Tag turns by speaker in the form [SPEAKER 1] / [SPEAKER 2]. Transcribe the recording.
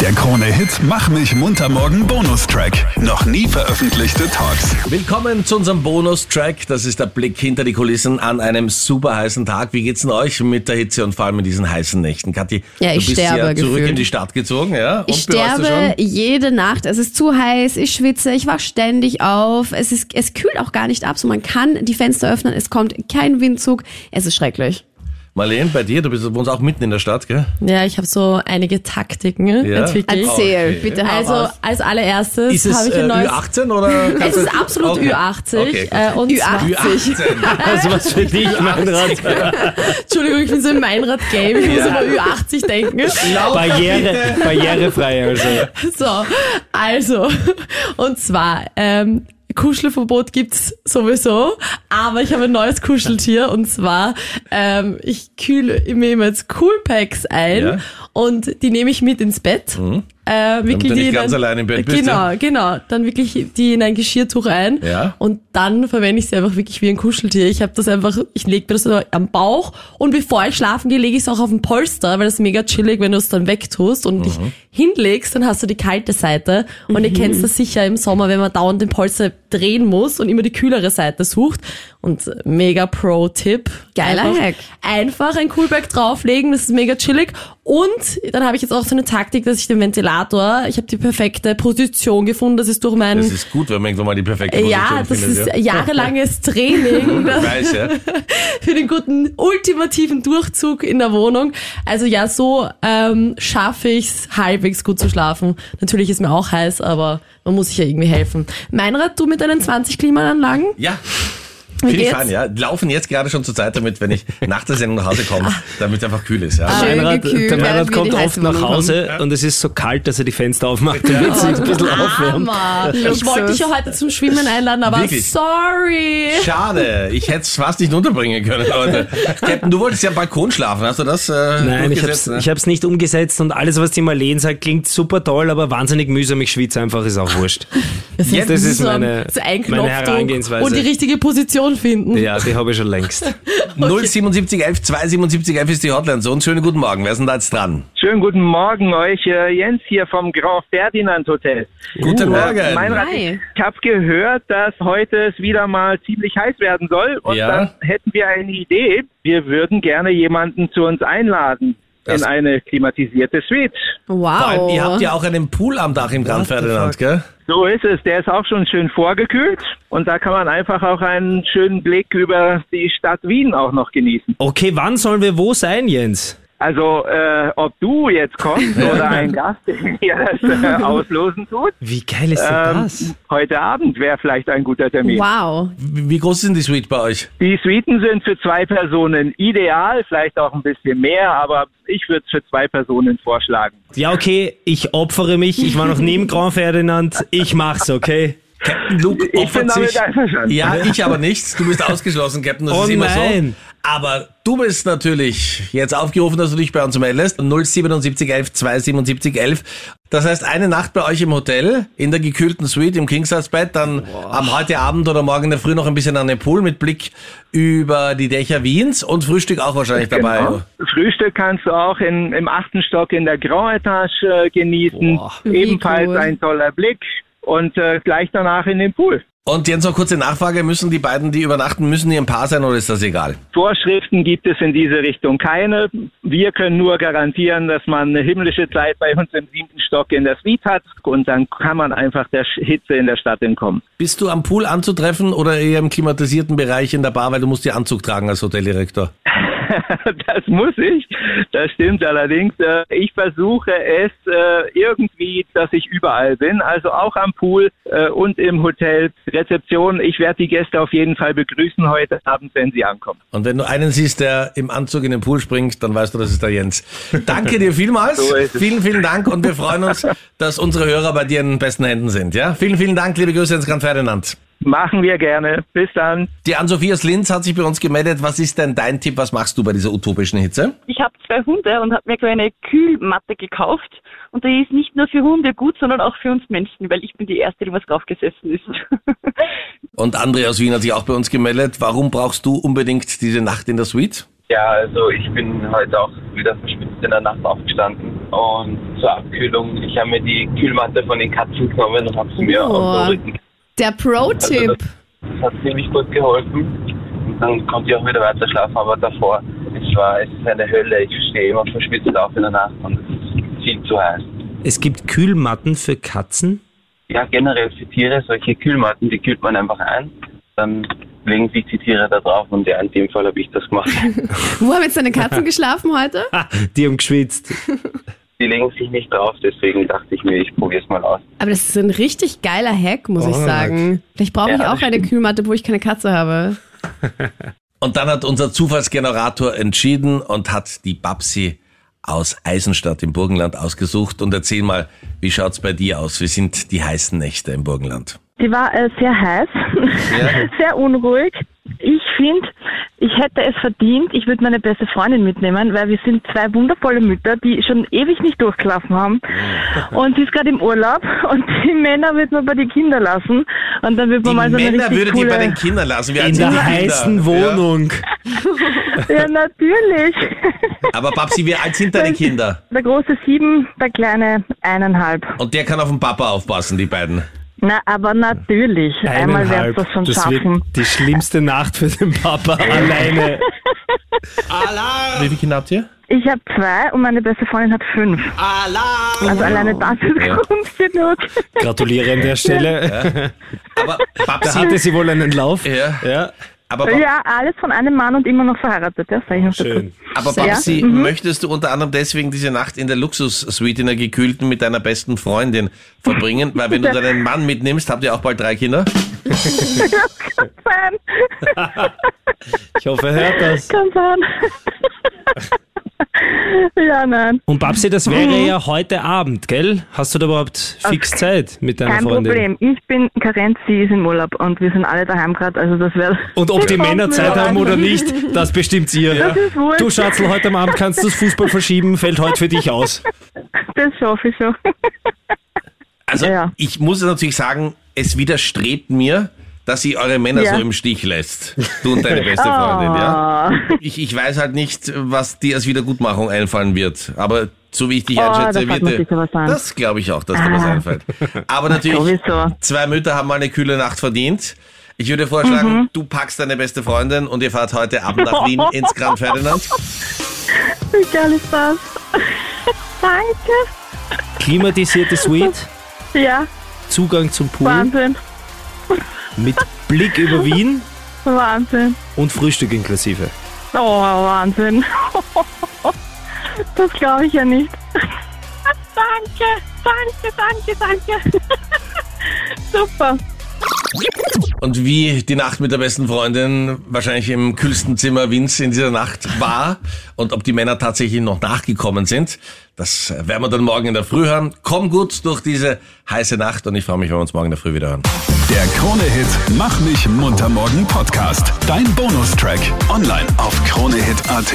[SPEAKER 1] Der Krone-Hit Mach mich munter morgen Bonustrack. Noch nie veröffentlichte Talks.
[SPEAKER 2] Willkommen zu unserem Bonustrack. Das ist der Blick hinter die Kulissen an einem super heißen Tag. Wie geht's denn euch mit der Hitze und vor allem in diesen heißen Nächten? Kathi,
[SPEAKER 3] Ja, ich
[SPEAKER 2] du bist ja
[SPEAKER 3] sterbe
[SPEAKER 2] zurück
[SPEAKER 3] gefühlt.
[SPEAKER 2] in die Stadt gezogen, ja? Und
[SPEAKER 3] Ich
[SPEAKER 2] bereust du
[SPEAKER 3] sterbe jede Nacht. Es ist zu heiß, ich schwitze, ich wach ständig auf. Es, ist, es kühlt auch gar nicht ab, so man kann die Fenster öffnen, es kommt kein Windzug. Es ist schrecklich.
[SPEAKER 2] schon? Marlene, bei dir, du bist, wohnst auch mitten in der Stadt, gell?
[SPEAKER 4] Ja, ich habe so einige Taktiken
[SPEAKER 2] Ja?
[SPEAKER 4] entwickelt.
[SPEAKER 3] Erzähl,
[SPEAKER 2] Okay.
[SPEAKER 3] bitte hau
[SPEAKER 4] Also
[SPEAKER 3] raus.
[SPEAKER 4] als allererstes
[SPEAKER 2] Ist es
[SPEAKER 4] habe ich
[SPEAKER 2] äh,
[SPEAKER 4] ein neues.
[SPEAKER 2] Ü18 oder?
[SPEAKER 4] es ist absolut
[SPEAKER 2] Okay.
[SPEAKER 4] Ü80.
[SPEAKER 2] Okay, gut.
[SPEAKER 4] äh, und zwar-
[SPEAKER 2] Ü18.
[SPEAKER 5] Also was für dich, mein Rat.
[SPEAKER 4] Entschuldigung, ich bin so im Meinrad-Game. Ich muss immer Ü80 denken.
[SPEAKER 5] Barriere, barrierefrei also.
[SPEAKER 4] So, also, und zwar, ähm, Kuschelverbot gibt's sowieso, aber ich habe ein neues Kuscheltier und zwar, ähm, ich kühle mir immer jetzt Coolpacks ein
[SPEAKER 2] Ja. Mhm.
[SPEAKER 4] und die nehme ich mit ins Bett. Äh, wickel
[SPEAKER 2] du
[SPEAKER 4] die
[SPEAKER 2] nicht
[SPEAKER 4] in
[SPEAKER 2] ganz
[SPEAKER 4] ein-
[SPEAKER 2] allein im Bett bist,
[SPEAKER 4] Genau, genau. Dann wirklich die in ein Geschirrtuch ein
[SPEAKER 2] Ja.
[SPEAKER 4] und dann verwende ich sie einfach wirklich wie ein Kuscheltier. Ich habe das einfach, ich lege mir das so am Bauch und bevor ich schlafen gehe, lege ich es auch auf ein Polster, weil das ist mega chillig, wenn du es dann wegtust und dich hinlegst, dann hast du die kalte Seite. Und
[SPEAKER 3] Mhm.
[SPEAKER 4] ihr kennt das sicher im Sommer, wenn man dauernd den Polster drehen muss und immer die kühlere Seite sucht. Und mega Pro-Tipp.
[SPEAKER 3] Geiler
[SPEAKER 4] einfach,
[SPEAKER 3] Hack.
[SPEAKER 4] Einfach ein Coolback drauflegen, das ist mega chillig. Und dann habe ich jetzt auch so eine Taktik, dass ich den Ventilator, ich habe die perfekte Position gefunden, das ist durch meinen...
[SPEAKER 2] Das ist gut, wenn man irgendwann mal die perfekte Position
[SPEAKER 4] Ja, das
[SPEAKER 2] findet.
[SPEAKER 4] ist jahrelanges Training
[SPEAKER 2] Ich weiß, ja.
[SPEAKER 4] für den guten ultimativen Durchzug in der Wohnung. Also ja, so ähm, schaffe ich's halbwegs gut zu schlafen. Natürlich ist mir auch heiß, aber man muss sich ja irgendwie helfen. Meinrad, du mit deinen 20 Klimaanlagen?
[SPEAKER 2] Ja. Finde ich
[SPEAKER 4] geht's?
[SPEAKER 2] fein, ja. Laufen jetzt gerade schon zur Zeit damit, wenn ich nach der Sendung nach Hause komme, damit einfach kühl ist, ja.
[SPEAKER 3] Schön
[SPEAKER 5] Meinrad,
[SPEAKER 3] gekühlt,
[SPEAKER 5] der Meinrad
[SPEAKER 3] wie
[SPEAKER 5] kommt
[SPEAKER 3] die
[SPEAKER 5] oft
[SPEAKER 3] heiße
[SPEAKER 5] nach
[SPEAKER 3] Wohnung
[SPEAKER 5] Hause und es ist so kalt, dass er die Fenster aufmacht, damit sie ein bisschen aufwärmt.
[SPEAKER 4] Hammer. Ich wollte dich ja heute zum Schwimmen einladen, aber
[SPEAKER 2] Wirklich?
[SPEAKER 4] sorry.
[SPEAKER 2] Schade, ich hätte es fast nicht unterbringen können, Leute. Captain, du wolltest ja am Balkon schlafen, hast du das? Äh,
[SPEAKER 5] Nein, ich
[SPEAKER 2] durchgesetzt,
[SPEAKER 5] hab's,
[SPEAKER 2] ne?
[SPEAKER 5] ich hab's nicht umgesetzt und alles, was die Marlene sagt, klingt super toll, aber wahnsinnig mühsam. Ich schwitze einfach, ist auch wurscht.
[SPEAKER 2] Jetzt
[SPEAKER 5] das ist
[SPEAKER 4] So,
[SPEAKER 5] meine,
[SPEAKER 4] so ein
[SPEAKER 5] meine
[SPEAKER 4] Knopfdruck
[SPEAKER 5] Herangehensweise.
[SPEAKER 4] Und die richtige Position finden.
[SPEAKER 5] ja, die habe ich schon längst.
[SPEAKER 2] 077 11 277 11 ist die Hotline. So, und schönen guten Morgen. Wer ist denn da jetzt dran?
[SPEAKER 6] Schönen guten Morgen euch, äh, Jens hier vom Grand Ferdinand Hotel.
[SPEAKER 2] Guten
[SPEAKER 6] Äh,
[SPEAKER 2] Morgen.
[SPEAKER 6] Meinrad,
[SPEAKER 3] Hi.
[SPEAKER 6] ich habe gehört, dass heute es wieder mal ziemlich heiß werden soll und
[SPEAKER 2] Ja.
[SPEAKER 6] dann hätten wir eine Idee. Wir würden gerne jemanden zu uns einladen
[SPEAKER 2] Das-
[SPEAKER 6] in eine klimatisierte Suite.
[SPEAKER 2] Vor allem,
[SPEAKER 6] Oh.
[SPEAKER 2] ihr
[SPEAKER 3] Wow.
[SPEAKER 2] habt ja auch einen Pool am Dach im Grand Ferdinand, gell?
[SPEAKER 6] So ist es, der ist auch schon schön vorgekühlt und da kann man einfach auch einen schönen Blick über die Stadt Wien auch noch genießen.
[SPEAKER 5] Okay, wann sollen wir wo sein, Jens?
[SPEAKER 6] Also äh, ob du jetzt kommst oder ein Gast, der das äh, auslosen tut,
[SPEAKER 5] Wie geil ist denn
[SPEAKER 6] Ähm,
[SPEAKER 5] das?
[SPEAKER 6] Heute Abend wäre vielleicht ein guter Termin.
[SPEAKER 3] Wow.
[SPEAKER 2] Wie wie groß ist denn die Suite bei euch?
[SPEAKER 6] Die Suiten sind für zwei Personen ideal, vielleicht auch ein bisschen mehr, aber ich würde es für zwei Personen vorschlagen.
[SPEAKER 5] Ja, okay, ich opfere mich. Ich war noch nie im Grand Ferdinand. Ich mach's, okay?
[SPEAKER 2] Captain Luke
[SPEAKER 6] Ich bin
[SPEAKER 2] opfert
[SPEAKER 6] damit
[SPEAKER 2] sich.
[SPEAKER 6] einverstanden.
[SPEAKER 2] Ja, ich aber nicht. Du bist ausgeschlossen, Captain. Das
[SPEAKER 5] Oh
[SPEAKER 2] ist immer
[SPEAKER 5] nein.
[SPEAKER 2] so. Aber du bist natürlich jetzt aufgerufen, dass du dich bei uns meldest. 077 11 277 11. Das heißt, eine Nacht bei euch im Hotel, in der gekühlten Suite, im Kingsize-Bett, dann am heute Abend oder morgen in der Früh noch ein bisschen an den Pool mit Blick über die Dächer Wiens und Frühstück auch wahrscheinlich dabei.
[SPEAKER 6] Genau. Frühstück kannst du auch in, im achten Stock in der Grand Etage äh, genießen.
[SPEAKER 3] Wie
[SPEAKER 6] Ebenfalls
[SPEAKER 3] cool.
[SPEAKER 6] ein toller Blick und äh, gleich danach in den Pool.
[SPEAKER 2] Und jetzt noch kurze Nachfrage, müssen die beiden, die übernachten, müssen die ein Paar sein oder ist das egal?
[SPEAKER 6] Vorschriften gibt es in diese Richtung keine. Wir können nur garantieren, dass man eine himmlische Zeit bei uns im siebten Stock in der Suite hat und dann kann man einfach der Sch- Hitze in der Stadt entkommen.
[SPEAKER 2] Bist du am Pool anzutreffen oder eher im klimatisierten Bereich in der Bar, weil du musst dir Anzug tragen als Hoteldirektor?
[SPEAKER 6] Das muss ich, das stimmt allerdings. Äh, Ich versuche es äh, irgendwie, dass ich überall bin, also auch am Pool äh, und im Hotel. Rezeption, ich werde die Gäste auf jeden Fall begrüßen heute Abend, wenn sie ankommen.
[SPEAKER 2] Und wenn du einen siehst, der im Anzug in den Pool springt, dann weißt du, das ist der Jens. Danke dir vielmals.
[SPEAKER 6] So ist es.
[SPEAKER 2] vielen, vielen Dank und wir freuen uns, dass unsere Hörer bei dir in den besten Händen sind. Ja, Vielen, vielen Dank, liebe Grüße ins Gran Ferdinand.
[SPEAKER 6] Machen wir gerne. Bis dann.
[SPEAKER 2] Die Ann-Sophie aus Linz hat sich bei uns gemeldet. Was ist denn dein Tipp? Was machst du bei dieser utopischen Hitze?
[SPEAKER 7] Ich habe zwei Hunde und habe mir gleich eine Kühlmatte gekauft. Und die ist nicht nur für Hunde gut, sondern auch für uns Menschen, weil ich bin die Erste, die was draufgesessen ist.
[SPEAKER 2] Und Andrea aus Wien hat sich auch bei uns gemeldet. Warum brauchst du unbedingt diese Nacht in der Suite?
[SPEAKER 8] Ja, also ich bin heute auch wieder verschwitzt in der Nacht aufgestanden. Oh. Und zur Abkühlung, ich habe mir die Kühlmatte von den Katzen genommen und habe sie mir
[SPEAKER 3] Oh.
[SPEAKER 8] auf den Rücken.
[SPEAKER 3] Der Pro-Tipp.
[SPEAKER 8] Das hat ziemlich gut geholfen. Und dann konnte ich auch wieder weiter schlafen, aber davor, es war, es ist eine Hölle. Ich stehe immer verschwitzt auf in der Nacht und es ist viel zu heiß.
[SPEAKER 5] Es gibt Kühlmatten für Katzen.
[SPEAKER 8] Ja, generell für Tiere, solche Kühlmatten, die kühlt man einfach ein. Dann legen sich die Tiere da drauf und ja, in dem Fall habe ich das gemacht.
[SPEAKER 3] Wo haben jetzt deine Katzen geschlafen heute?
[SPEAKER 5] Ha, die haben geschwitzt.
[SPEAKER 8] Die legen sich nicht drauf, deswegen dachte ich mir, ich probiere es mal aus.
[SPEAKER 3] Aber das ist ein richtig geiler Hack, muss
[SPEAKER 2] Oh,
[SPEAKER 3] ich sagen. Vielleicht brauche ich
[SPEAKER 8] Ja,
[SPEAKER 3] auch eine Kühlmatte, wo ich keine Katze habe.
[SPEAKER 2] Und dann hat unser Zufallsgenerator entschieden und hat die Babsi aus Eisenstadt im Burgenland ausgesucht. Und erzähl mal, wie schaut's bei dir aus? Wie sind die heißen Nächte im Burgenland?
[SPEAKER 7] Die war äh, sehr heiß, sehr unruhig. Ich finde, ich hätte es verdient, ich würde meine beste Freundin mitnehmen, weil wir sind zwei wundervolle Mütter, die schon ewig nicht durchgelaufen haben. Und sie ist gerade im Urlaub und die Männer wird man bei den Kindern lassen. Und dann wird
[SPEAKER 2] Die
[SPEAKER 7] man mal so eine
[SPEAKER 2] Männer
[SPEAKER 7] richtig
[SPEAKER 2] würde die
[SPEAKER 7] coole...
[SPEAKER 2] bei den Kindern lassen. Wie alt
[SPEAKER 5] In
[SPEAKER 2] sind
[SPEAKER 5] der
[SPEAKER 2] die Kinder?
[SPEAKER 5] heißen Wohnung.
[SPEAKER 7] Ja, natürlich.
[SPEAKER 2] Ja. Aber Babsi, wie alt sind deine Kinder?
[SPEAKER 7] Der große sieben, der kleine eineinhalb.
[SPEAKER 2] Und der kann auf den Papa aufpassen, die beiden.
[SPEAKER 7] Na, aber natürlich. Einmal
[SPEAKER 5] Eineinhalb.
[SPEAKER 7] wärst du schon
[SPEAKER 5] das
[SPEAKER 7] schaffen.
[SPEAKER 5] wird die schlimmste Nacht für den Papa alleine.
[SPEAKER 2] Wie viele Kinder habt ihr?
[SPEAKER 7] Ich habe zwei und meine beste Freundin hat fünf. Also alleine das ist
[SPEAKER 2] Ja.
[SPEAKER 7] Grund genug.
[SPEAKER 5] Gratuliere an der Stelle.
[SPEAKER 2] Aber
[SPEAKER 5] Da
[SPEAKER 2] Babsi,
[SPEAKER 5] hatte sie wohl einen Lauf.
[SPEAKER 2] Ja.
[SPEAKER 5] ja.
[SPEAKER 2] aber, Bab-
[SPEAKER 7] Ja, alles von einem Mann und immer noch verheiratet. Ja, sag ich noch dazu.
[SPEAKER 5] Schön.
[SPEAKER 2] aber
[SPEAKER 3] Sehr.
[SPEAKER 2] Babsi, möchtest du unter anderem deswegen diese Nacht in der Luxus-Suite in der gekühlten mit deiner besten Freundin verbringen? Weil wenn du deinen Mann mitnimmst, habt ihr auch bald drei Kinder?
[SPEAKER 7] Fein,
[SPEAKER 5] Ich hoffe, er hört das.
[SPEAKER 7] kann sein. ja, nein,
[SPEAKER 5] Und Babsi, das wäre
[SPEAKER 7] Mhm.
[SPEAKER 5] ja heute Abend, gell? Hast du da überhaupt fix Zeit mit deiner
[SPEAKER 7] kein
[SPEAKER 5] Freundin?
[SPEAKER 7] Problem. Ich bin in Karenz, sie ist im Urlaub und wir sind alle daheim gerade. Also das wäre...
[SPEAKER 5] Und ob die
[SPEAKER 7] Das
[SPEAKER 5] Männer
[SPEAKER 7] kommt
[SPEAKER 5] Zeit
[SPEAKER 7] mir
[SPEAKER 5] haben
[SPEAKER 7] an.
[SPEAKER 5] oder nicht, das bestimmt ihr.
[SPEAKER 7] Das ist wohl,
[SPEAKER 5] Du halt- Schatzl, heute am Abend kannst du das Fußball verschieben, fällt heute für dich aus.
[SPEAKER 7] das schaffe ich schon.
[SPEAKER 2] Also
[SPEAKER 7] Ja.
[SPEAKER 2] ich muss natürlich sagen, es widerstrebt mir, dass ihr eure Männer
[SPEAKER 7] Ja. Ah.
[SPEAKER 2] so im Stich lässt. Du und deine beste Freundin, ja. Ich, ich weiß halt nicht, was dir als Wiedergutmachung einfallen wird. Aber so wie ich dich
[SPEAKER 7] Oh,
[SPEAKER 2] einschätze,
[SPEAKER 7] da fällt mir
[SPEAKER 2] wird
[SPEAKER 7] sicher
[SPEAKER 2] dir,
[SPEAKER 7] was Ah. ein.
[SPEAKER 2] das glaube ich auch, dass dir was einfällt. Aber natürlich,
[SPEAKER 7] Sowieso.
[SPEAKER 2] zwei Mütter haben mal eine kühle Nacht verdient. Ich würde vorschlagen,
[SPEAKER 7] Mhm.
[SPEAKER 2] du packst deine beste Freundin und ihr fahrt heute Abend nach Wien ins Gran Ferdinand.
[SPEAKER 7] Wie geil ist das? Danke.
[SPEAKER 5] Klimatisierte Suite, Hm?
[SPEAKER 7] Ja,
[SPEAKER 5] Zugang zum Pool
[SPEAKER 7] Wahnsinn,
[SPEAKER 5] mit Blick über Wien
[SPEAKER 7] Wahnsinn.
[SPEAKER 5] und Frühstück inklusive.
[SPEAKER 7] Oh, Wahnsinn. Das glaube ich ja nicht. Danke, danke, danke, danke. Super.
[SPEAKER 2] Und wie die Nacht mit der besten Freundin wahrscheinlich im kühlsten Zimmer Wiens in dieser Nacht war und ob die Männer tatsächlich noch nachgekommen sind, das werden wir dann morgen in der Früh hören. Komm gut durch diese heiße Nacht und ich freue mich, wenn wir uns morgen in der Früh wieder hören.
[SPEAKER 1] Der Krone-Hit Mach mich munter morgen Podcast. Dein Bonustrack. Online auf kronehit.at.